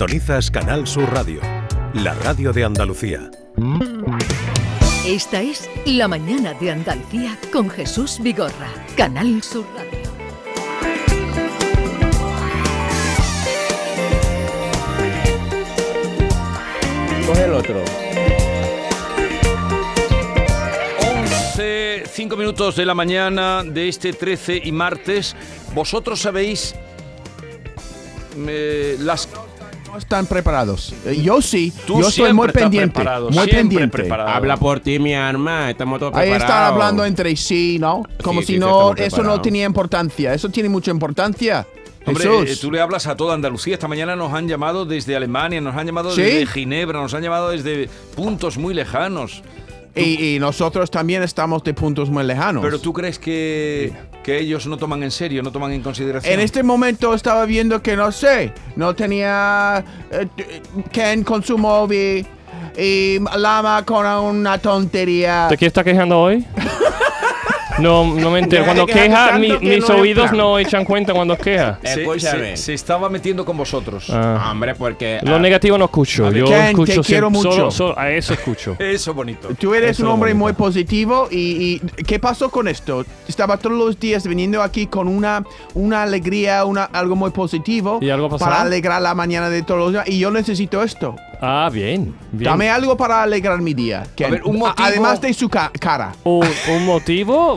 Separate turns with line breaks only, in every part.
Sintonizas Canal Sur Radio, la radio de Andalucía.
Esta es La Mañana de Andalucía con Jesús Vigorra, Canal Sur Radio.
Coge el otro.
11, 5 minutos de la mañana de este 13 y martes. Vosotros sabéis eh, las
No están preparados. Eh, Yo sí.
Tú
yo soy
siempre
muy
estás
pendiente.
preparado,
Muy
siempre
pendiente.
preparado.
Habla por ti, mi arma. Estamos todos
Ahí
preparados.
están hablando entre sí, ¿no? Como
Sí,
si
sí,
no,
estamos
eso no
preparados.
tenía importancia. Eso tiene mucha importancia.
Hombre,
Jesús.
eh, tú le hablas a toda Andalucía. Esta mañana nos han llamado desde Alemania, nos han llamado
¿Sí?
desde Ginebra, nos han llamado desde puntos muy lejanos.
y, y nosotros también estamos de puntos muy lejanos.
Pero tú crees que, que ellos no toman en serio, no toman en consideración.
En este momento estaba viendo que no sé, no tenía eh, t- Ken con su móvil y Lama con una tontería.
¿De qué está quejando hoy? No, no me entero.
Deja de
Cuando
quejarte
queja,
tanto
mi-
que
mis
no le
oídos
plan.
no echan cuenta cuando queja.
se, se-
Escúchame.
se estaba metiendo con vosotros.
Ah.
Hombre, porque.
Lo
ah,
negativo no escucho. Yo
Ken, te
escucho
quiero
siempre-
mucho.
Solo, solo a eso escucho.
Eso bonito.
Tú eres
Eso
un
es
hombre
bonito.
muy positivo y, y ¿qué pasó con esto? Estaba todos los días viniendo aquí con una, una alegría, una, algo muy positivo
¿Y algo pasó?
para alegrar la mañana de todos los días y yo necesito esto.
Ah, bien. bien.
Dame algo para alegrar mi día. Ken.
ver, un
A-
motivo-
Además de su ca- cara.
Un, un motivo,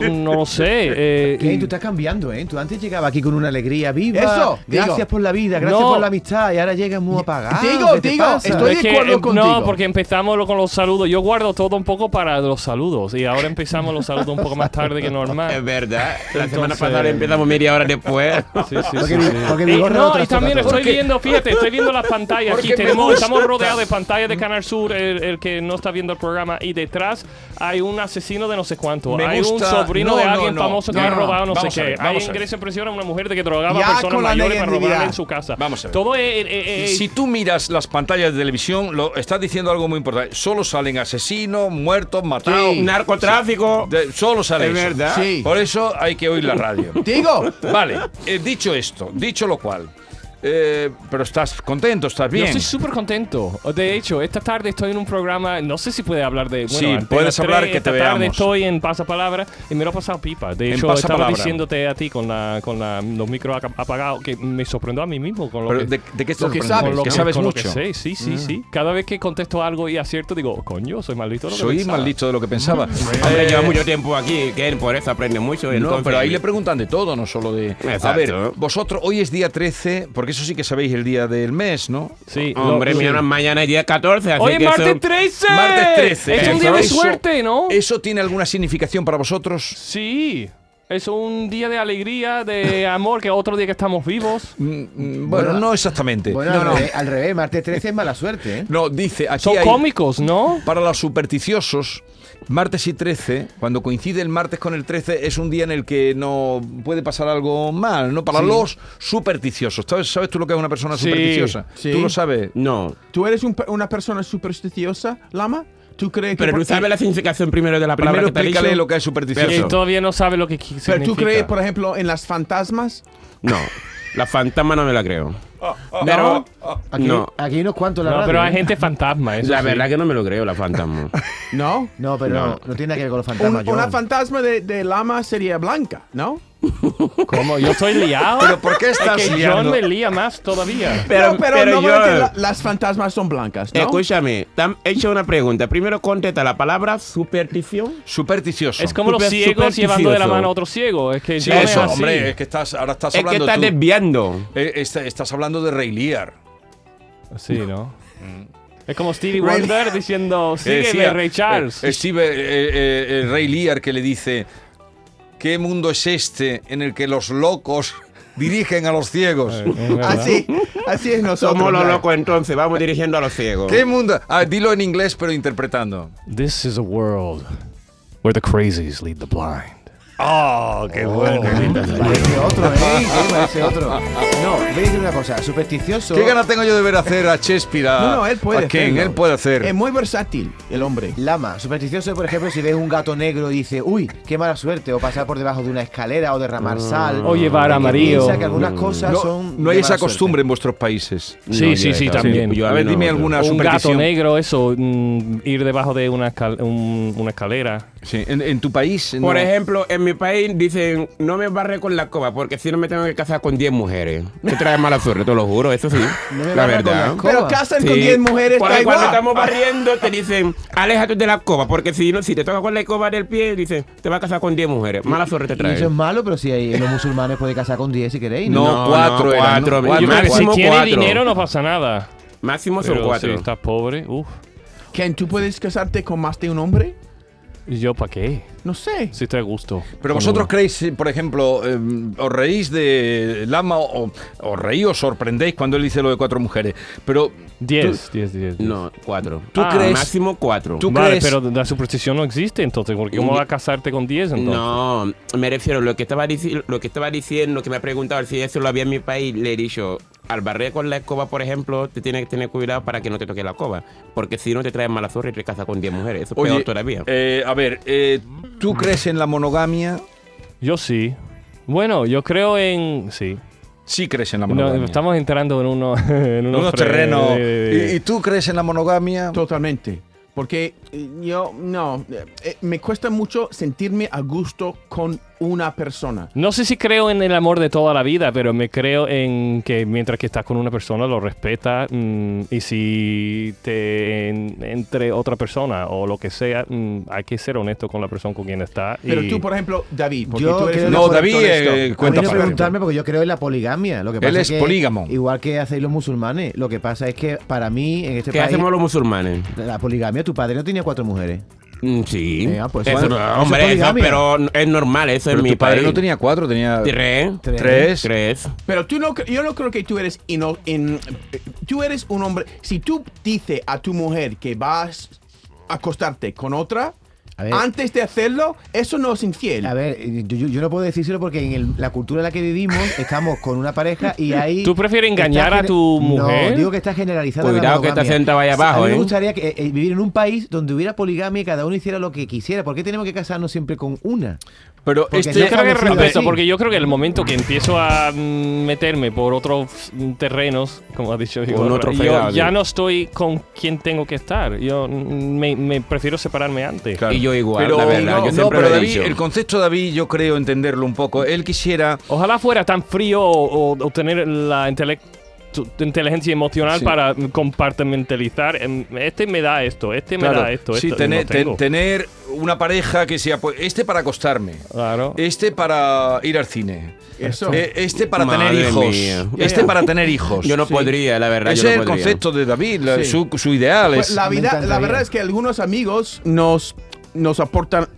no sé. eh,
Ken, tú estás cambiando, ¿eh? Tú antes llegaba aquí con una alegría viva.
Eso,
Gracias
digo.
por la vida, gracias
No.
por la amistad. Y ahora llegas muy apagado.
Digo,
¿qué te
digo,
pasa?
estoy-
es
de
que,
acuerdo
eh,
contigo.
no, porque empezamos lo- con los saludos. Yo guardo todo un poco para los saludos. Y ahora empezamos los saludos un poco más tarde que
Es
normal.
verdad. La semana
Entonces-
pasada empezamos media hora después.
Sí, sí, sí.
Porque, mi- porque mi
Eh,
gorra
no,
otra
y también
toca todo.
estoy viendo, fíjate, estoy viendo las pantallas. Aquí tenemos, estamos rodeados de pantallas de Canal Sur, el, el que no está viendo el programa, y detrás hay un asesino de no sé cuánto.
Me
hay un
gusta-
sobrino
no,
de
no,
alguien
no.
famoso
No, no,
que ha
no.
robado no,
Vamos
sé
a
qué.
ver,
Hay
vamos a
en
ver.
Grecia presión a una mujer de que drogaba
Ya
a personas
con la
mayores para
negatividad.
robarle en su casa.
Vamos a ver.
Todo es... eh, eh, eh,
Si tú miras las pantallas de televisión, lo, estás diciendo algo muy importante. Solo salen asesinos, muertos, matados.
Sí.
Narcotráfico.
De- solo sale
Es
eso.
verdad.
Sí.
Por eso hay que oír la radio.
Digo.
Vale, eh, dicho esto, dicho lo cual, eh, pero estás contento, estás
Yo
bien.
estoy súper contento. De hecho, esta tarde estoy en un programa. No sé si puede hablar de. Bueno,
Sí,
Antena
puedes
3,
hablar que
esta
te
tarde
veamos.
estoy en Pasapalabra y me lo he pasado pipa. De
En
hecho, estaba
Pasapalabra.
diciéndote a ti con, la, con la- los micros aca- apagados que me sorprendió a mí mismo con lo
Pero
que.
¿de, de qué te
Lo que
sorprendes?
sabes,
con lo
Que
que-
sabes
con lo que
mucho. Ah.
sé, sí, sí, sí. Cada vez que contesto algo y acierto, digo, coño, soy maldito. de lo que
Soy
pensaba".
más listo de lo que pensaba.
Hombre,
Eh,
lleva mucho tiempo aquí. Ken, por eso aprende mucho.
No,
entonces-
pero ahí le preguntan de todo, no solo de... A
Exacto.
ver, vosotros, hoy es día 13, porque eso sí que sabéis el día del mes, ¿no?
Sí, lo-
Hombre, mi hermano, mañana es día 14. Así
Hoy es
que eso-
martes 13.
Martes 13.
Es un día de
Eso-
suerte, ¿no?
¿Eso tiene alguna significación para vosotros?
Sí. Es un día de alegría, de amor, que otro día que estamos vivos.
Mm, mm, Bueno, no exactamente.
Bueno,
no,
al,
no.
Revés, al revés, martes 13 es mala suerte, ¿eh?
No, dice, aquí
Son
hay-
cómicos, ¿no?
Para los supersticiosos, martes y 13, cuando coincide el martes con el 13, es un día en el que no puede pasar algo mal, ¿no? Para los supersticiosos. ¿Sabes, ¿Sabes tú lo que es una persona
Sí,
supersticiosa?
sí.
Tú lo sabes.
No.
¿Tú eres un pe- una persona supersticiosa, Lama? ¿Tú crees que
Pero
por-
tú sabes la significación primero de la palabra
Primero
que te he dicho?
explícale lo que es supersticioso.
Y todavía no sabe lo que qui- significa.
pero tú crees, por ejemplo, en las fantasmas?
No. La fantasma no me la creo. Pero.
¿Ah,
Aquí,
No.
aquí unos cuantos la
No,
radio,
pero
¿eh?
hay gente fantasma, eso
La
sí.
verdad que no me lo creo, la fantasma.
¿No?
No, pero
No.
no, no tiene nada que ver con los
Un-
fantasmas.
una
John.
fantasma de, de Lama sería blanca, ¿no?
¿Cómo? Yo estoy liado.
¿Pero por qué
Es
estás
que John
liando?
me lía más todavía.
Pero, pero, normalmente
yo-
la- las fantasmas son blancas, ¿no?
Escúchame, te han hecho una pregunta. Primero contesta la palabra superstición.
Supersticioso.
Es como los
Súper-
ciegos
supersticioso.
llevando de la mano a otro ciego. Es que
Sí,
John es
eso,
así.
hombre, es que estás, ahora estás
es que
hablando
estás
tú.
desviando.
Eh, está- estás hablando de Rey Lear.
Sí, ¿no? es como Stevie Wonder diciendo,
Que
sígueme,
decía,
Ray Charles.
eh, eh, Steve, eh, eh, eh, el Rey Lear que le dice, ¿qué mundo es este en el que los locos dirigen a los ciegos?
Así, así es nosotros.
Somos los
¿no?
locos entonces, vamos dirigiendo a los ciegos.
¿Qué mundo? Ah, dilo en inglés pero interpretando.
This is a world where the crazies lead the blind.
Ah,
¡Oh, qué bueno!
Ese otro, ¿eh? Sí, Ese otro. No, voy a decir una cosa. Supersticioso.
¿Qué ganas tengo yo de ver hacer a Shakespeare? A,
No, no, él puede
a Ken,
hacerlo.
él puede hacer.
Es muy versátil el hombre.
Lama, supersticioso, por ejemplo, si ves un gato negro y dice, uy, qué mala suerte, o pasar por debajo de una escalera o derramar sal.
O llevar
Porque
amarillo.
piensa que algunas cosas
no,
son.
no hay
de
esa
mala
costumbre en vuestros países.
Sí, sí, sí, también.
A ver, dime alguna
un gato
superstición.
negro, eso, mm, ir debajo de una, escal- un- una escalera.
Sí, en, en tu país.
Por
no.
ejemplo, en mi país dicen, no me barre con la coba, porque si no me tengo que casar con 10 mujeres. Te trae mala suerte, te lo juro, eso sí.
No me
la
barre con la
verdad.
escoba.
Pero
¿Cómo?
casan
Sí.
con 10 mujeres,
Porque
da
cuando
igual.
estamos barriendo te dicen, aléjate de la coba, porque si no, si te toca con la coba del pie, dicen, te vas a casar con 10 mujeres. Mala suerte te
suerte. Y eso
trae.
es malo, pero si hay, los musulmanes pueden casar con 10 si queréis.
No, cuatro
no,
eran,
cuatro,
¿no?
Yo
Cuatro,
creo que si
máximo
tiene
cuatro.
dinero no pasa nada.
Máximo son
Pero si
cuatro.
estás pobre, uff.
Ken, ¿tú puedes casarte con más de un hombre?
¿Y yo para qué?
No sé.
Si te gusto.
Pero
Con
vosotros
uno.
creéis, eh, por ejemplo, eh, os reís de Lama o, o reís o sorprendéis cuando él dice lo de cuatro mujeres. Pero
Diez, diez, diez. diez.
No, cuatro.
¿Tú
Ah,
crees?
Máximo cuatro.
¿Tú
Vale,
crees?
pero la superstición no existe entonces. porque ¿Cómo vas a casarte con diez entonces?
No, me refiero lo que estaba dici- lo que estaba diciendo, que me ha preguntado si eso lo había en mi país, le he dicho, al barrer con la escoba, por ejemplo, te tienes que tener cuidado para que no te toque la escoba, porque si no te traes mala suerte y te casas con 10 mujeres, eso es
Oye,
peor todavía.
eh, a ver, eh, ¿tú crees en la monogamia?
Yo sí. Bueno, yo creo en. Sí.
Sí crees en la
No,
monogamia.
estamos entrando en, uno, en
en
unos,
unos
fre-
terrenos.
de- de- de-
¿Y, y tú crees en la monogamia?
Totalmente. Porque eh, yo, no, eh, eh, me cuesta mucho sentirme a gusto con una persona.
No sé si creo en el amor de toda la vida, pero me creo en que mientras que estás con una persona lo respeta mm, y si te en- entre otra persona o lo que sea, mm, hay que ser honesto con la persona con quien está.
Pero
y-
tú, por ejemplo, David, porque
Yo
tú eres
creo
el
que-
No,
mejor
David,
actor de esto.
eh,
A mí
cuenta
no
para
preguntarme porque yo creo en la poligamia. Lo que pasa
Él
es,
es
que,
polígamo.
Igual que hacéis los musulmanes. Lo que pasa es que para mí, en este
¿Qué
país,
hacemos los musulmanes?
la poligamia, tu padre no tenía cuatro mujeres.
Mm, sí.
Eh, ah, pues
Eso,
bueno, eso es
hombre, eso,
poligamia.
pero es normal, eso
Pero
en mi
tu padre
país.
no tenía cuatro, tenía
tres,
Tres.
tres.
tres.
Pero tú no, cre- yo no creo que tú eres ino- en- tú eres un hombre. Si tú dices a tu mujer que vas a acostarte con otra
A ver.
antes de hacerlo, eso no es infiel.
A ver, eh, yo, yo- yo no puedo decírselo porque en el- la cultura en la que vivimos estamos con una pareja y ahí.
¿Tú prefieres
está
engañar a
gene-
tu mujer?
No, digo que está generalizada. la
Cuidado que
monogamia.
esta gente vaya abajo,
A mí me
¿eh?
gustaría que, eh, vivir en un país donde hubiera poligamia y cada uno hiciera lo que quisiera. ¿Por qué tenemos que casarnos siempre con una?
Pero
Porque
este
no
Yo creo que
Déjame decirlo
respeto,
así.
porque yo creo que el momento que empiezo a mm, meterme por otros mm, terrenos, como ha dicho Igor,
otro
yo
fregado,
ya
sí.
no estoy con quien tengo que estar. Yo mm, me, me prefiero separarme antes.
Claro.
Y yo igual,
Pero,
la verdad,
no,
yo
no,
siempre
pero
lo he
David,
dicho.
el concepto de David yo creo entenderlo un poco. Él quisiera
Ojalá fuera tan frío o, o- o tener la intele- tu- tu inteligencia emocional
Sí.
para mm, compartimentalizar. em, Este me da esto, este me
claro,
da esto.
sí,
esto, y
tener,
no
te-
tengo.
tener una pareja que sea pues, este para acostarme,
Claro.
este para ir al cine,
Eso.
eh, este para
Madre
tener hijos,
mía.
este para tener hijos.
Yo no podría, la verdad,
Ese
yo
es
no
el
podría.
concepto de David, la-
Sí.
su, su ideal
Pues
es
la,
me
vida, la
encantaría.
verdad es que algunos amigos nos, nos aportan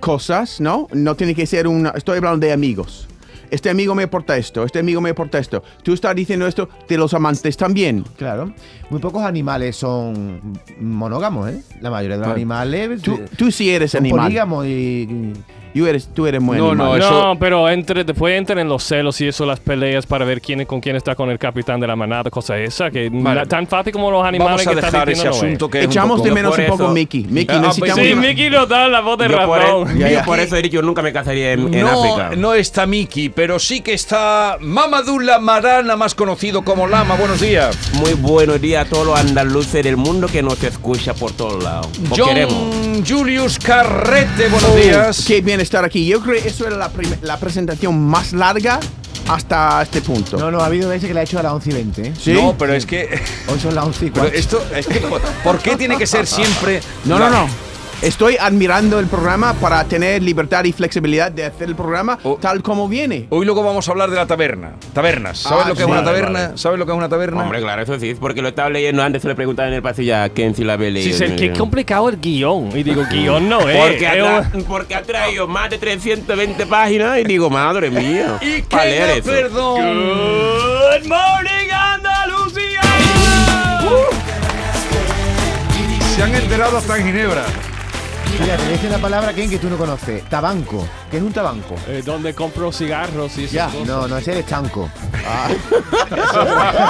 cosas, ¿no? No tiene que ser una. Estoy hablando de amigos. Este amigo me aporta esto, este amigo me aporta esto. Tú estás diciendo esto de los amantes también.
Claro. Muy pocos animales son monógamos, ¿eh? La mayoría de los
Claro.
animales.
Tú,
eh,
tú sí eres
son
animal.
polígamos y.
Tú eres, tú eres muy
No,
animal.
no,
No,
eso-
pero entre, después entran en los celos y eso, las peleas para ver quién con quién está con el capitán de la manada, cosas esa, que
Vale.
na- tan fácil como los
vamos
animales
a
que están
dejar ese
diciendo no es.
asunto que es un
Echamos
poco-
de menos
por
un poco
eso-
Mickey. Mickey,
Ah,
necesitamos.
pues
Sí,
una-
Mickey nos da la voz de
Yo por,
razón.
el-
Ya,
yo
ya.
por eso he dicho, nunca me casaría en, en
no,
África.
no está Miki, pero sí que está Mamadula Marana, más conocido como Lama. Buenos días.
Muy buenos días a todos los andaluces del mundo que nos escucha por todos lados. Os queremos.
John Julius Carrete, buenos días.
Oh, Qué bien estar aquí. Yo creo que eso era la, prim- la presentación más larga hasta este punto.
No, no, ha habido veces que la he hecho a las 11 y 20. ¿eh?
¿Sí?
No, pero es que.
Hoy son las 11 y
Pero
4.
esto. Es que, ¿por, por qué tiene que ser siempre.?
no, no,
la-
no. Estoy admirando el programa para tener libertad y flexibilidad de hacer el programa
Oh.
tal como viene.
Hoy luego vamos a hablar de la taberna. Tabernas. ¿Sabes
Ah,
lo que es
sí.
una
Vale,
taberna? ¿Sabes lo que es una taberna?
Hombre, claro, eso sí, porque lo estaba leyendo antes, se le preguntaba en el pasillo a Ken si la había
Sí,
leído.
sé, qué complicado el guión. Y digo, guión no es.
Eh,
porque, ha
es
tra-
oh".
un-
porque ha traído más de 320 páginas y digo, madre mía.
Y que
pa' leer
no,
eso.
perdón.
Good morning, Andalucía.
Uh. Se han enterado hasta en Ginebra.
Mira, te dice una palabra Ken, que tú no conoces. Tabanco. ¿Qué es un tabanco?
Eh, donde compro cigarros y esas
Ya,
cosas.
No, no, ese es el estanco.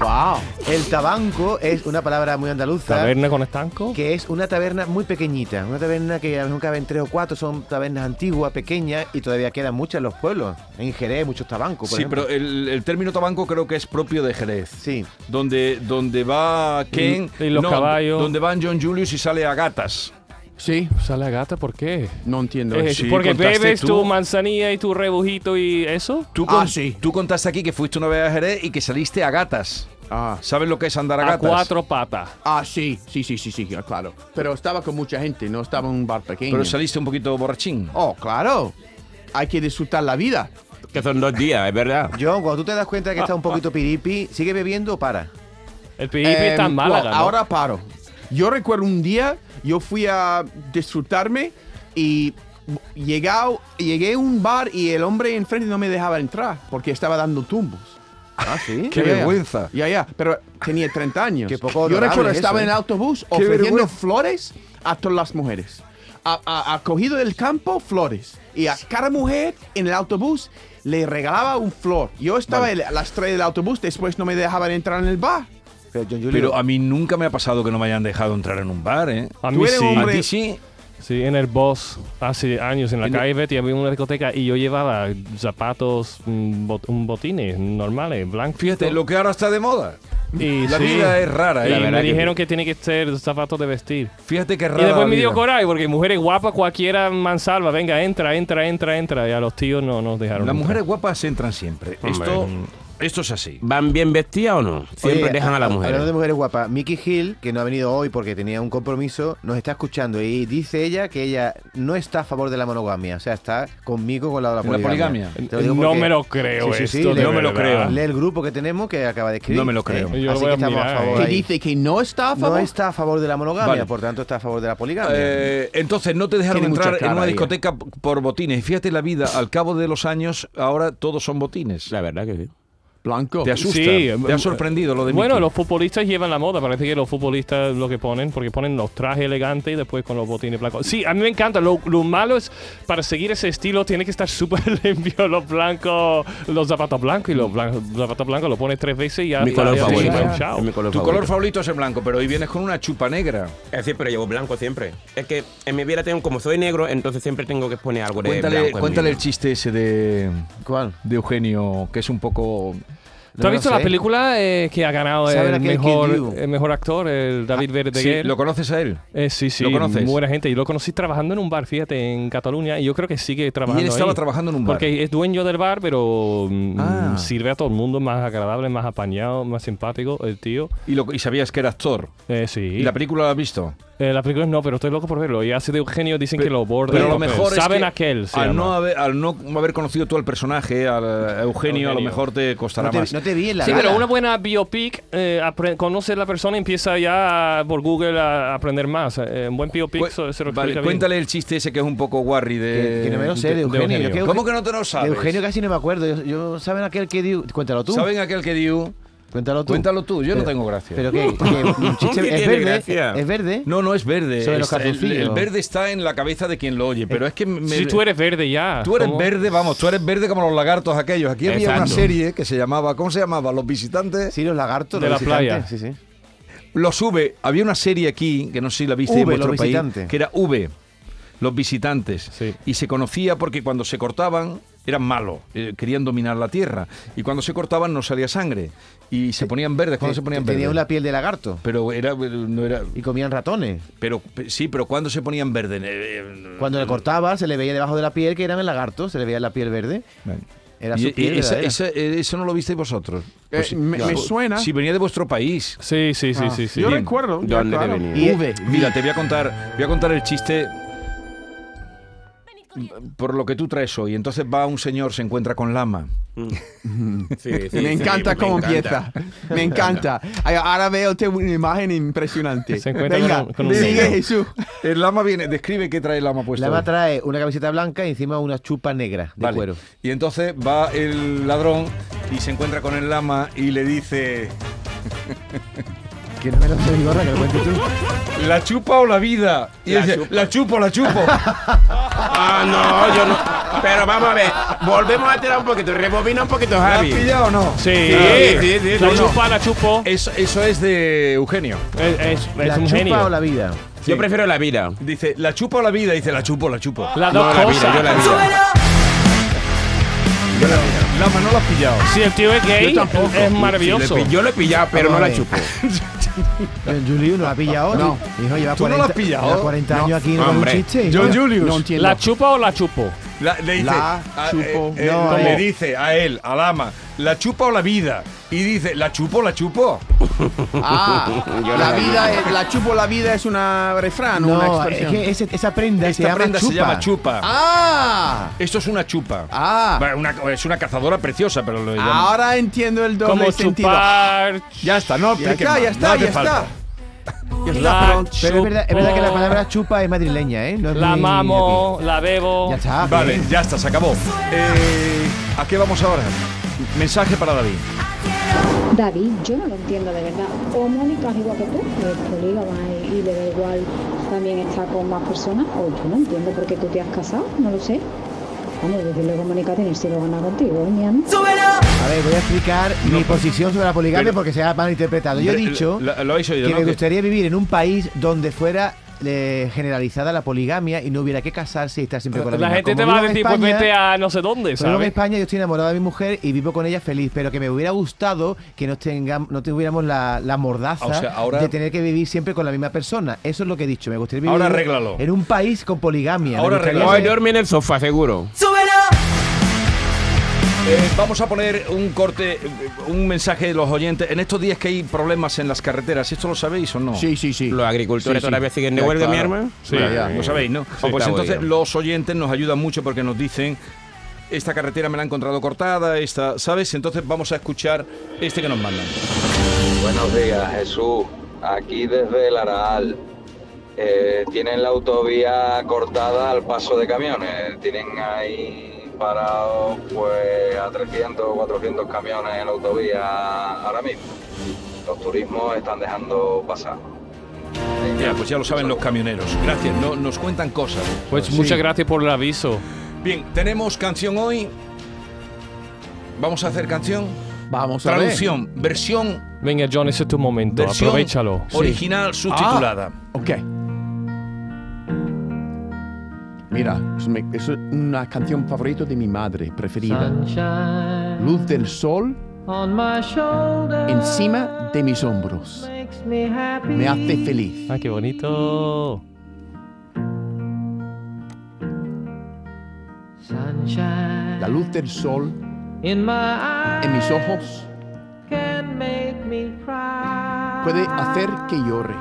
wow.
El tabanco es una palabra muy andaluza.
Taberna con estanco.
que es una taberna muy pequeñita, una taberna que a lo mejor caben tres o cuatro, son tabernas antiguas, pequeñas y todavía quedan muchas en los pueblos. En Jerez, muchos tabancos, por
Sí,
ejemplo.
pero el, el término tabanco creo que es propio de Jerez.
Sí.
Donde, donde va Ken.
Y- y los caballos.
Donde van John Julius y sale a gatas.
Sí,
Sale gata, ¿por qué?
no entiendo.
Eh,
sí,
porque
contaste
bebes
tú.
tu manzanilla y tu rebujito y eso.
Tú,
Ah,
con-
sí.
tú contaste aquí que fuiste una vez a Jerez y que saliste a gatas.
Ah.
¿Sabes lo que es andar a,
A
gatas?
cuatro patas.
Ah, sí, sí, sí, sí, sí, claro. Pero estaba con mucha gente, no estaba en un bar pequeño.
Pero saliste un poquito borrachín.
oh, claro. Hay que disfrutar la vida.
Que son dos días, Ah, es verdad.
John, cuando tú te das cuenta de que está un poquito piripi, ¿sigue bebiendo o para?
El pipi está en
Em,
Málaga.
well,
¿no?
Ahora paro. Yo recuerdo un día, yo fui a disfrutarme y llegao- llegué a un bar y el hombre enfrente no me dejaba entrar porque estaba dando tumbos.
Ah, sí.
Qué
Ya, ya.
vergüenza.
Ya, ya, pero tenía 30 años.
Qué poco
yo
honorable
recuerdo,
eso,
estaba
¿eh?
en el autobús
Qué
ofreciendo
vergüenza.
flores a todas las mujeres. Ha, ha- ha cogido del campo flores. Y a cada mujer en el autobús le regalaba un flor. Yo estaba en- a las 3 del autobús, después no me dejaban entrar en el bar.
Pero John Julio,
Pero a mí nunca me ha pasado que no me hayan dejado entrar en un bar, ¿eh?
A
tú
mí
eres
sí.
un
A
hombre-
ti sí.
Sí, en el boss hace años en la
En el-
calle Betty había una discoteca y yo llevaba zapatos, mm, bot- un botines normales, blancos.
Fíjate, lo que ahora está de moda.
Y
La
sí.
vida es rara,
Y
¿eh?
me dijeron que... tiene que ser zapatos de vestir.
Fíjate que rara.
Y después
la
me dio
vida.
coraje porque mujeres guapas, cualquiera mansalva, venga, entra, entra, entra, entra. Y a los tíos no nos dejaron.
Las
entrar.
mujeres guapas entran siempre. Esto, esto es así.
¿Van bien vestidas o no? Siempre
Oye,
dejan a la
Hablando de
mujer.
mujeres guapas, Mickey Hill, que no ha venido hoy porque tenía un compromiso, nos está escuchando y dice ella que ella no está a favor de la monogamia, o sea, está conmigo con la de la
¿En la
poligamia.
poligamia?
Te digo
No
porque-
me lo creo esto,
lee-
no me lo creo.
Lee el grupo que tenemos que acaba de escribir.
No me lo creo.
Yo lo
Así
voy
que
a
estamos
mirar,
a favor
¿eh?
Que
ahí.
dice que no está a favor.
No está a favor de la monogamia,
Vale.
por tanto está a favor de la poligamia.
Eh, entonces no te dejaron
Tiene mucha
entrar en
cara
una
ahí, ¿eh?
discoteca p- por botines. Y fíjate la vida, al cabo de los años, ahora todos son botines.
La verdad que sí.
Blanco. Eh,
Te asusta,
Sí, eh,
te ha sorprendido lo de
Bueno,
Mickey.
los futbolistas llevan la moda. Parece que los futbolistas lo que ponen, porque ponen los trajes elegantes y después con los botines blancos. Sí, a mí me encanta. Lo, lo malo es, para seguir ese estilo, tiene que estar súper limpio los blancos, los zapatos blancos. Y los blancos, los zapatos blancos los pones tres veces y ya.
Mi color
ya- ya-
favorito.
ya- chao.
Es mi color
Tu
favorito.
color favorito es el blanco, pero hoy vienes con una chupa negra.
Eh, sí, pero llevo blanco siempre. Es que en mi vida tengo, como soy negro, entonces siempre tengo que poner algo de
Cuéntale,
blanco. en
cuéntale
mí.
el chiste ese de,
¿Cuál?
de Eugenio, que es un poco...
¿Tú
No
has visto
lo
la
sé.
película eh, que ha ganado
¿Sabe la
el
que hay que do?
mejor, el mejor actor, el David
Sí,
Verdaguer?
¿Lo conoces a él?
Eh, sí, sí,
¿Lo conoces?
muy buena gente. Y lo conocí trabajando en un bar, fíjate, en Cataluña. Y yo creo que sigue trabajando.
Y él estaba
ahí.
trabajando en un bar.
Porque es dueño del bar, pero mm,
Ah.
sirve a todo el mundo, más agradable, más apañado, más simpático, el tío.
Y, lo- y sabías que era actor.
Eh, sí.
¿Y la película la has visto?
Eh, la película no, pero estoy loco por verlo. Y hace de Eugenio, dicen que lo borda.
Pero
el
a lo
papel.
mejor es
Saben
que
aquel, se
al
llama.
no, haber, al no haber conocido tú al personaje, al a Eugenio, a lo
Eugenio.
mejor te costará
No te,
más.
no te vi en la
Sí,
gala.
Ah.
pero una buena biopic, eh, apre- conoce la persona y empieza ya a- por Google a aprender más. Eh, un buen biopic
Cu-
se, se lo
vale,
explica bien.
cuéntale el chiste ese que es un poco warry de...
Eh, Que, que no me lo sé, de Eugenio.
Eugenio.
Yo que
¿Cómo que no te lo sabes?
De Eugenio casi no me acuerdo. Yo, yo- ¿Saben aquel que dio? Cuéntalo tú.
¿Saben aquel que dio?
Cuéntalo tú.
Cuéntalo tú, yo no
Pero-
tengo gracia.
Pero que, que un chiste-
¿Qué
es
tiene
verde.
gracia?
Es verde.
no, no es verde.
Sobre los
Está- el,
calzoncillos. Eh,
el verde está en la cabeza de quien lo oye, pero es que me-
Si tú eres verde ya.
tú eres
¿cómo?
verde, vamos, tú eres verde como los lagartos aquellos. Aquí había una
Exacto.
serie que se llamaba, ¿cómo se llamaba? Los visitantes.
Sí, los lagartos.
De
los
la playa.
visitantes, Sí, sí.
Los V, había una serie aquí, que no sé si la viste
V,
en vuestro
los
país,
visitantes.
que era V, los visitantes.
Sí.
Y se conocía porque cuando se cortaban eran malos, eh, querían dominar la tierra. Y cuando se cortaban no salía sangre. Y se ponían verdes, cuando se ponían verdes.
Tenía una piel de lagarto.
Pero era, no era...
Y comían ratones.
Pero pe- sí, pero ¿cuándo se ponían verdes? Eh, eh,
Cuando le cortaba, se le veía debajo de la piel que eran el lagarto. Se le veía la piel verde.
Vale.
Era
Y-
su
y
piel.
esa-
verdadera.
esa- eh, eso no lo visteis vosotros. Pues
Eh, me, me suena.
Si venía de vuestro país.
Sí, sí,
Ah.
sí, sí. sí.
yo
Bien.
recuerdo.
¿De
ya,
dónde te
claro.
venía?
Y-
V.
Mira, te voy a contar, voy a contar el chiste por lo que tú traes hoy. Entonces va un señor, se encuentra con Lama.
Sí, sí,
me
sí,
encanta cómo
encanta.
empieza. Me encanta. Ay, Ahora veo te- una imagen impresionante.
Se encuentra
Venga,
con un- con un
sigue
negro.
Jesús.
El Lama viene, describe qué trae el Lama puesto.
Lama trae una camiseta blanca y encima una chupa negra de
Vale.
cuero.
Y entonces va el ladrón y se encuentra con el Lama y le dice,
Que no me lo sé, Vigorra, que lo cuentes tú.
¿La chupa o la vida? Y
La
dice,
chupa.
la chupo, la chupo.
Ah, no, yo no. Pero vamos a ver, volvemos a tirar un poquito, rebobina un poquito,
¿La has
Javi.
pillado o no?
Sí,
Sí, sí, sí,
la
no, no.
chupa, la chupo. Es,
Eso, eso es de Eugenio.
es- es
¿La
un
chupa
genio.
o la vida?
Yo prefiero la vida.
Dice, ¿la chupa o la vida? Dice, la chupo, la chupo.
Las
No,
dos
la vida,
cosas.
yo la vida.
Lama, no la has pillado.
Si el tío es gay, es maravilloso.
Yo lo he pillado, pero no la chupo.
John Julius no la ha pillado.
No.
Hijo, lleva
¿Tú no la
40,
has pillado?
lleva 40 años aquí no con un
Hombre.
chiste. hijo.
John Julius.
No entiendo.
¿La chupa o la chupo?
La- le dice,
La
a-
chupo.
eh, eh,
No,
le
no.
dice a él, a Lama, ¿la chupa o la vida? Y dice, ¿la chupo, la chupo?
Ah,
Yo
la
la-
vida, es- la chupo la vida es una refrán, una
No, es
expresión.
que ese- esa prenda, se,
Esta
llama
prenda
chupa.
se llama chupa.
Ah,
Esto es una chupa.
ah,
Bueno, una- es una cazadora preciosa, pero lo llaman-
ahora entiendo el doble
Como
sentido.
chupar.
Ya está, no
Ya
expliques
está,
más,
ya
no
está,
hace
ya está.
falta.
Ya está,
La
pero-
Pero es verdad, es verdad que la
chupo,
palabra chupa es madrileña, ¿eh? No es
La
muy-
mamo, la bebo.
Ya está.
Vale, ya está, se acabó. Eh, ¿A qué vamos ahora? Mensaje para David.
David, yo no lo entiendo de verdad. O Mónica es igual que tú, que es polígama y, y le da igual también estar con más personas. O yo no entiendo por qué tú te has casado, no lo sé. Hombre, desde luego Mónica tiene que ganar contigo, ¿eh, ñam.
A ver, voy a explicar mi posición sobre la poligamia
pero-
porque se ha malinterpretado. Yo he dicho
Lo, lo habéis oído,
que
¿no?
me
Que-
gustaría vivir en un país donde fuera eh, generalizada la poligamia y no hubiera que casarse y estar siempre con la,
La
misma.
gente
Como
te va a
vivo en
decir, pues
España-
vete a no sé dónde,
Pero luego en
¿sabes?
España yo estoy enamorado de mi mujer y vivo con ella feliz, pero que me hubiera gustado que no, tengam- no tuviéramos la, la mordaza
O sea, ahora-
de tener que vivir siempre con la misma persona. Eso es lo que he dicho. Me gustaría vivir
Ahora arréglalo.
en un país con poligamia. Me
Ahora
gustaría
arréglalo.
Hoy
ser-
dormí en el sofá, seguro.
Eh, vamos a poner un corte, eh, un mensaje de los oyentes. En estos días que hay problemas en las carreteras, ¿esto lo sabéis o no?
Sí, sí, sí.
Los agricultores
Sí, sí.
todavía siguen de
Ya,
huelga, mi
claro.
hermano.
Sí,
Bueno,
ya, lo sabéis, ¿no? Ah, pues
está
entonces
bueno.
los oyentes nos ayudan mucho porque nos dicen, esta carretera me la he encontrado cortada, esta, ¿sabes? Entonces vamos a escuchar este que nos mandan.
Buenos días, Jesús. Aquí desde el Araal. Eh, tienen la autovía cortada al paso de camiones. Tienen ahí parados pues a 300, 400 camiones en la autovía ahora mismo. Los turismos están dejando pasar.
Ya, pues ya lo saben los camioneros. Gracias, no, nos cuentan cosas.
Pues
Sí.
muchas gracias por el aviso.
Bien, tenemos canción hoy. Vamos a hacer canción.
Vamos a ver.
Traducción, versión,
Venga, John, ese es tu momento.
versión
Aprovechalo.
original subtitulada.
Ok. Mira, es, mi- es una canción favorita de mi madre, preferida. Luz del sol encima de mis hombros. Me hace feliz.
Ah, qué bonito.
La luz del sol en mis ojos puede hacer que llore.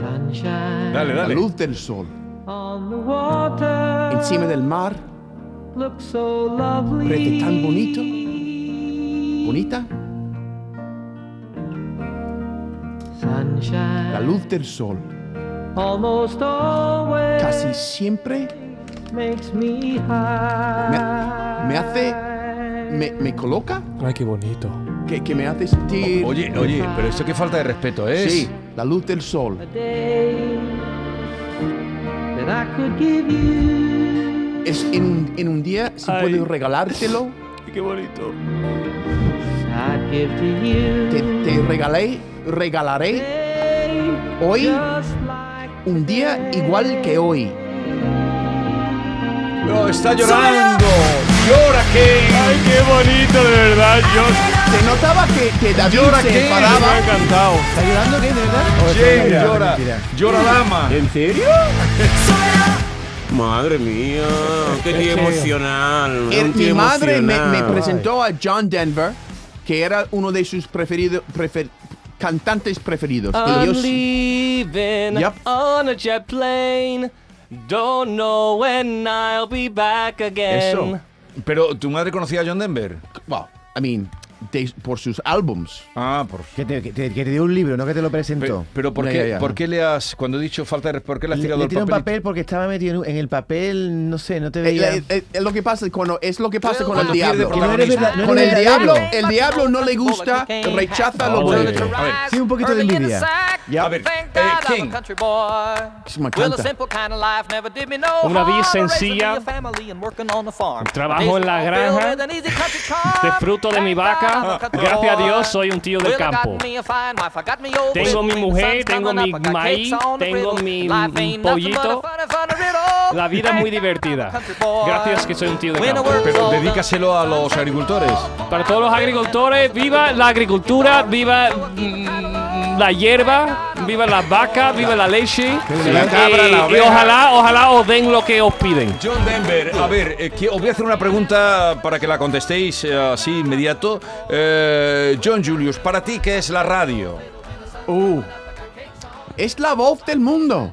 Dale,
La
dale.
luz del sol encima del mar parece tan bonito. Bonita. La luz del sol casi siempre me, me hace, me, me coloca,
Ay, qué bonito.
que, que me hace sentir.
Oye, oye, pero esto qué falta de respeto es.
sí, la luz del sol. Es en, un- en un día, si
Ay.
puedo regalártelo,
Qué bonito.
te, te regalé, regalaré hoy un día igual que hoy.
Pero está llorando. Llora que.
Ay, qué bonito, de verdad, John.
Se notaba que, que David
Llora
se
que-
Me ha
paraba.
encantado.
¿Está llorando qué, de verdad? ¿O está
Llega,
llorando?
llora.
Mentira.
Llora dama.
¿En serio?
Madre mía, qué tío emocional.
Eh,
es un
Eh,
tío
mi madre me, me
emocional.
presentó a John Denver, que era uno de sus preferidos cantantes preferidos. Y yo
I'm
s-
leaving
Yep.
on a jet plane. Don't know when I'll be back again.
Eso. Pero tu madre conocía a John Denver.
well, I mean, de- por sus álbums.
Ah, por
Que te, que te- que te dio un libro, no que te lo presentó.
Pero, pero ¿por,
Ya,
qué,
ya, ya.
¿por qué le has, cuando he dicho falta de respeto, por qué le has
Le,
tirado
le
el
tiré un
papel?
papel porque estaba metido en, un- en el papel, no sé, no te
Eh,
veía.
eh, eh, eh, lo que pasa cuando es lo que pasa con el
Cuando pierde
diablo.
Que no eres
protagonismo.
verdad- no
Con
eres
el
verdadero.
diablo, el diablo no le gusta, rechaza lo
Oh,
bueno.
yeah.
A ver,
Sí, un poquito de envidia.
a ver, eh, King,
Eso me encanta.
Una vida sencilla. Trabajo en la granja. Disfruto de mi vaca. Gracias a Dios soy un tío del campo. Tengo mi mujer, tengo mi maíz, tengo mi mm, pollito. La vida es muy divertida. Gracias que soy un tío de campo.
pero dedícaselo a los agricultores.
Para todos los agricultores, viva la agricultura, viva mm, la hierba, viva la vaca, viva la leche.
La
Y-
cabra, la
y,
oveja.
ojalá, ojalá os den lo que os piden.
John Denver, a ver, eh, que- os voy a hacer una pregunta para que la contestéis eh, así inmediato. Eh, John Julius, ¿para ti qué es la radio?
Uh, es la voz del mundo.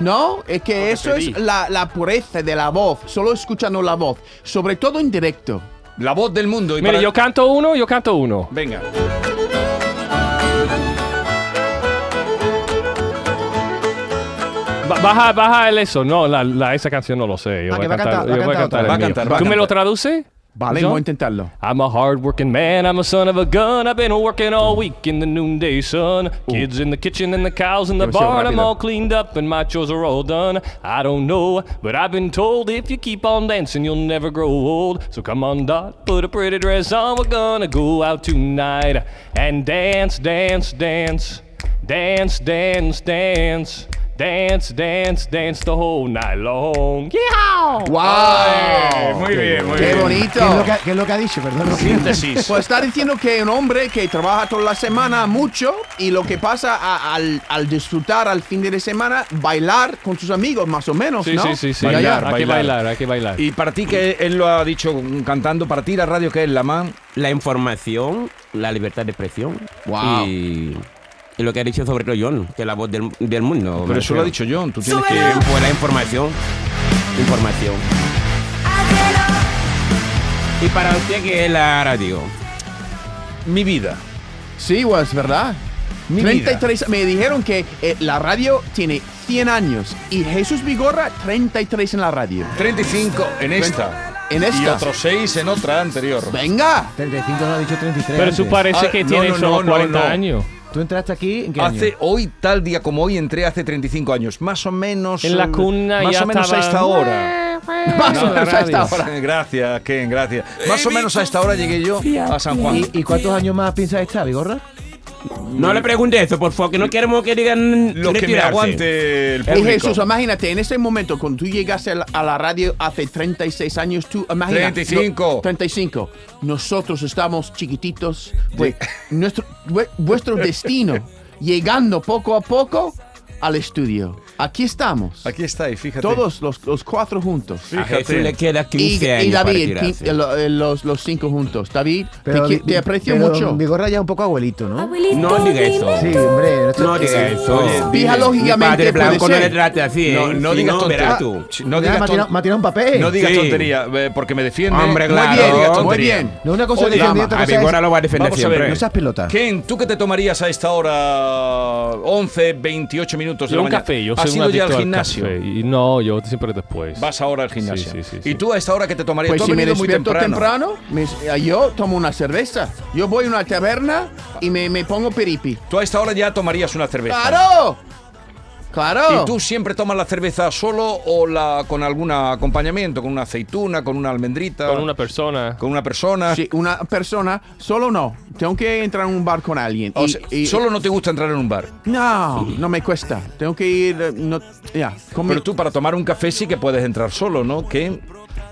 No, es que eso
pedí.
es la, la pureza de la voz, solo escuchando la voz, sobre todo en directo.
La voz del mundo. Y
Mira,
para-
yo canto uno, yo canto uno.
Venga.
Ba- Baja, baja el eso. No, la, la- esa canción no lo sé. Yo
Ah,
voy
que
a
va
cantar,
a cantar- va a
yo voy a
cantar otra.
cantar el
Va a
mío.
cantar, va a
¿Tú me
cantar.
lo traduces?
Vale,
John?
voy a intentarlo.
I'm a hard-working man. I'm a son of a gun. I've been working all week in the noonday sun. Kids in the kitchen and the cows in the
Demasiado
barn. I'm
rápido.
all cleaned up and my chores are all done. I don't know, but I've been told if you keep on dancing, you'll never grow old. So come on, Dot, put a pretty dress on. We're gonna go out tonight and dance, dance, dance, dance, dance, dance. Dance, dance, dance the whole night long. Yeehaw!
¡Wow!
muy bien, muy
¡Qué
¿Qué es, lo
bonito!
que, qué es lo que ha dicho? Perdón.
Síntesis.
Pues está diciendo que un hombre que trabaja toda la semana mucho y lo que pasa a- al, al disfrutar al fin de semana, bailar con sus amigos, más o menos,
Sí,
¿no?
sí, sí, sí.
Bailar,
hay
bailar.
que bailar, hay que bailar.
Y para ti, que él lo ha dicho mm, cantando, para ti la radio que es la man.
La información, la libertad de expresión.
Wow.
Y, y lo que ha dicho sobre todo John, que es la voz del, del mundo. me
Pero eso lo ha dicho
refiero.
John. Tú tienes que.
Que fue la información. Información. ¿Y para usted qué es la radio?
Mi vida.
Sí, pues, ¿verdad?
Mi
33, me dijeron que eh, la radio tiene 100 años y Jesús Vigorra 33 en la radio.
35 en esta.
En
Y
esta.
otros 6 en otra anterior.
Venga.
35 no ha dicho 33.
Pero
antes.
eso parece
Ah,
que
no,
tiene
no,
solo
no, no,
40
no.
años.
¿Tú entraste aquí en qué año?
Hace hoy, tal día como hoy, entré hace 35 años. Más o menos.
En la
eh,
cuna
Más
ya
o menos a
estaba-
esta hora.
Más o
la
menos a esta
radio.
hora.
Eh, Gracias, Ken, gracias. Más o menos a esta hora llegué yo a San Juan.
¿Y, y cuántos años más piensas estar, Vigorra?
No le pregunte eso, por favor, que no queremos que digan
Lo que me
retirarse.
aguante el
Y
público.
Jesús, imagínate, en este momento, cuando tú llegaste a la, a la radio hace 36 años, tú imagínate.
35.
35. Nosotros estamos chiquititos. Pues, nuestro, vue- vuestro destino, llegando poco a poco al estudio. Aquí estamos.
Aquí está, y fíjate.
todos los, los cuatro juntos.
A Jesús le queda 15
Y,
años
y
para
David,
retirarse.
quin- lo- eh, los, los cinco juntos. David, te qui- te,
Vi-
aprecio
pero
mucho.
Eh,
Vigorra ya un poco abuelito, ¿no?
No diga eso.
Sí, hombre. esto-
No diga eso.
Fija
Mi padre
lógicamente puede
blanco no le
ser.
trate así, ¿eh?
No, no
Si
digas tontería.
verás tú.
Ch- No
Mira,
digas
me ha tirado- me ha
tontería.
tirado un papel.
No digas
Sí.
tontería, eh, porque me defiende.
Hombre,
No
claro.
digas
Muy bien, muy
tontería.
bien.
No, una cosa
O
es defender,
drama.
otra
A
cosa es...
Vigora lo va a defender
Vamos a ver,
siempre.
No seas pelota.
Ken, ¿tú qué te tomarías a esta hora 11, 28 minutos de
Yo
la
un
mañana?
café, yo soy
¿Has
un
ido ya
adicto
al gimnasio?
café. Y no, yo siempre después.
Vas ahora al gimnasio.
Sí, sí, sí,
¿Y
sí.
tú a esta hora que te tomarías?
Pues
tú has
si me
venido muy
despierto
temprano.
temprano, me- eh, yo tomo una cerveza. Yo voy a una taberna y me, me pongo peripi.
Tú a esta hora ya tomarías una cerveza.
¡Claro! ¡Claro!
Pues, ah. ¿Y tú siempre tomas la cerveza solo o la con algún acompañamiento? ¿Con una aceituna, con una almendrita?
Con una persona.
con una persona?
Sí, una persona, solo no. Tengo que entrar en un bar con alguien.
O
Y-
sea,
y-
solo no te gusta entrar en un bar.
No, no me cuesta. Tengo que ir. eh, No, ya, con mi-
Pero tú para tomar un café sí que puedes entrar solo, ¿no? Ken?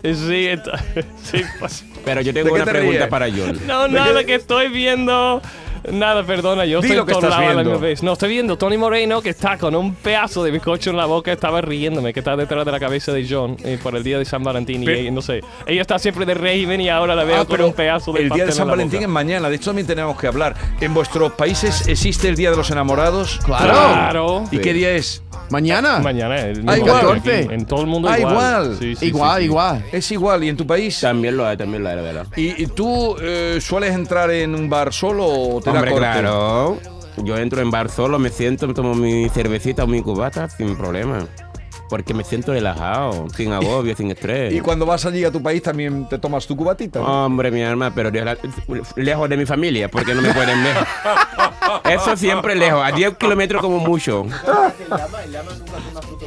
Sí, ent- sí, pues-
Pero yo
¿De
tengo
qué
una
te
pregunta
ríes?
para John.
No, nada, que estoy viendo. Nada, perdona, yo
Di
estoy
lo que
en todos
estás
lados a la
viendo.
misma vez. No, estoy viendo Tony Moreno que está con un pedazo de bizcocho en la boca, estaba riéndome, que está detrás de la cabeza de John eh, por el día de San Valentín.
Pero-
y eh, no sé, ella está siempre de régimen y ahora la veo
Ah,
con un pedazo de
el día de
pastel
San
en la
Valentín es
boca.
mañana, de esto también tenemos que hablar. ¿En vuestros países existe el Día de los Enamorados?
Claro.
Claro.
¿Y qué día es?
Mañana.
Mañana es el mismo
Ah, igual.
día aquí.
14.
En todo el mundo
Ah,
igual.
igual.
Sí, sí,
igual,
sí, sí.
igual.
Es igual, ¿y en tu país?
También lo hay, también lo hay, la verdad.
¿Y, y tú eh, sueles entrar en un bar solo o te
Hombre,
da corte?
claro. Yo entro en bar solo, me siento, me tomo mi cervecita o mi cubata sin problema. Porque me siento relajado, sin agobio, sin estrés.
Y cuando vas allí a tu país también te tomas tu cubatita.
Hombre, mi alma, pero de la- lejos de mi familia, porque no me pueden ver. Eso siempre lejos, a 10 kilómetros como mucho.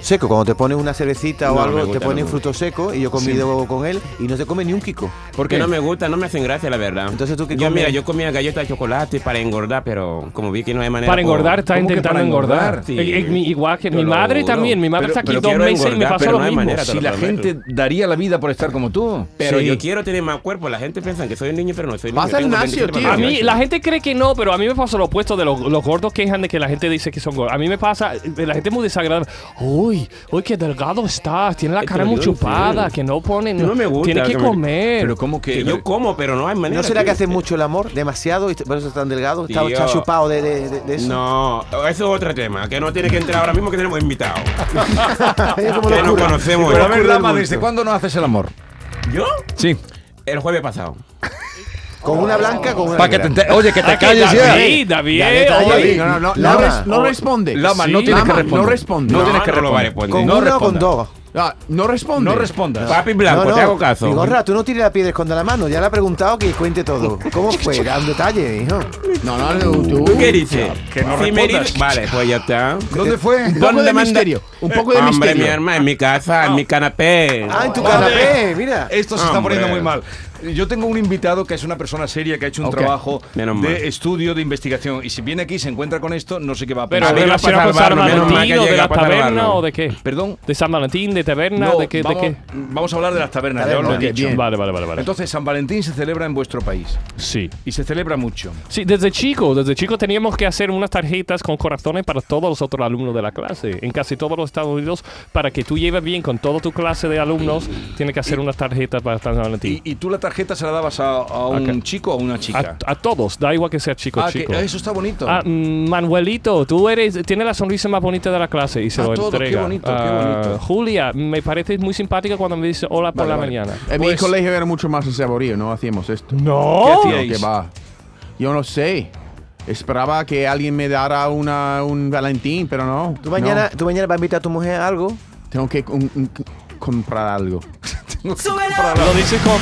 Seco, cuando te pones una cervecita
No,
o
me
algo,
gusta,
te ponen
no.
frutos secos y yo he comido con él y no se come ni un kiko.
Porque no me gusta, no me hacen gracia, la verdad.
Entonces, ¿tú qué
Yo,
comes?
mira, yo comía galletas de chocolate para engordar, pero como vi que no hay manera.
Para engordar, está
¿Cómo que
intentando
para
engordar.
engordar?
Sí.
Eh, eh, mi- igual que
Te
mi
lo
madre
juro.
también. Mi madre
Pero-
está aquí
pero
dos
quiero
meses y me
engordar,
pasa
pero
lo
no hay
mismo.
manera.
si la
totalmente.
gente daría la vida por estar como tú.
Pero
Sí.
yo quiero tener más cuerpo. La gente piensa que soy un niño, pero no soy niño.
Vas al
Tengo
gimnasio,
27
tío.
A mí,
años.
la gente cree que no, pero a mí me pasa lo opuesto de los, los gordos quejan de que la gente dice que son gordos. A mí me pasa, eh, la gente es muy desagradable. Uy, uy, qué delgado estás, tiene la
Esto
cara
yo
muy
no
chupada,
sé.
que no pone.
¿eh? No me gusta
Tiene que,
que me-
comer.
Pero ¿cómo que...?
Que yo como, pero no hay manera.
¿No será que
tío.
haces mucho el amor? ¿Demasiado? ¿Y por eso estás tan delgado? ¿Estás
Tío.
estás chupado de, de- de- de eso?
No, eso es otro tema. Que no tiene que entrar ahora mismo, que tenemos invitados.
Es como
que nos
locura.
conocemos.
Pero a
ya.
ver, Lama, ¿desde cuándo no haces el amor?
¿Yo?
Sí.
El jueves pasado.
Con una blanca, con una
Pa' que
negra.
te ente- Oye, que te
Ah, que
calles ya.
David, David,
detalle,
eh, oye.
David.
No, no, no, no,
Lama.
res- no responde.
Lama, no
Sí.
tienes que
Lama,
responder.
no responde.
No,
No,
tienes que
no lo va a
responder.
responder.
Con
no
uno o con
respondas.
dos.
Ah, no responde.
No respondas.
Papi Blanco, te hago caso.
Bigorra, tú no tires la piedra con la mano. Ya le ha preguntado que cuente todo. ¿Cómo fue? Da un detalle, hijo.
No, no, no, tú.
¿Qué dice?
Que no
Si me
respondas.
dice- Vale, pues ya está.
¿Dónde fue?
Un poco de
manda-
misterio. Un poco de
Hombre, mi
misterio.
hermana, en mi casa, en mi canapé.
Ah, en tu
Vale.
canapé, mira.
Esto se está
Hombre.
poniendo muy mal. Yo tengo un invitado que es una persona seria, que ha hecho un
Ok.
trabajo
Menos mal.
de estudio, de investigación. Y si viene aquí y se encuentra con esto, no sé qué va a
Pero
pensar.
A mí no
relacionado
pasa
con
al
San
barrio, menos mal
Valentín
que
o de
llega
la
para el
taberna
barrio.
o de qué?
Perdón.
¿De San Valentín, de taberna,
No,
de qué?
vamos,
de qué?
vamos a hablar de las tabernas, ya os lo he
Taberna.
dicho.
bien.
Vale, vale, vale. vale.
Entonces, San Valentín se celebra en vuestro país.
sí.
Y se celebra mucho.
Sí, desde chico, desde chico teníamos que hacer unas tarjetas con corazones para todos los otros alumnos de la clase. En casi todos los Estados Unidos, para que tú lleves bien con toda tu clase de alumnos, tienes que hacer unas tarjetas para San Valentín.
Y, y tú la tarjeta se la dabas a, a un
Acá.
chico o a una chica.
A, a todos, da igual que sea chico o
Ah, que-
chico.
ah, eso está bonito.
Ah, mm, Manuelito, tú eres, tienes la sonrisa más bonita de la clase y se
A
lo
todos, qué
entrega.
bonito, qué
Ah,
bonito.
Julia, me parece muy simpática cuando me dice hola por
Vale,
la
vale.
mañana.
En mi
Pues-
colegio era mucho más saborío, no hacíamos esto.
No.
¿Qué
Tío,
hacíais?
que va. Yo no sé. Esperaba que alguien me dara una, un Valentín, pero no.
¿Tú mañana, ¿Tú mañana vas a invitar a tu mujer a algo?
No. tengo que un- un- comprar algo.
Lo dices con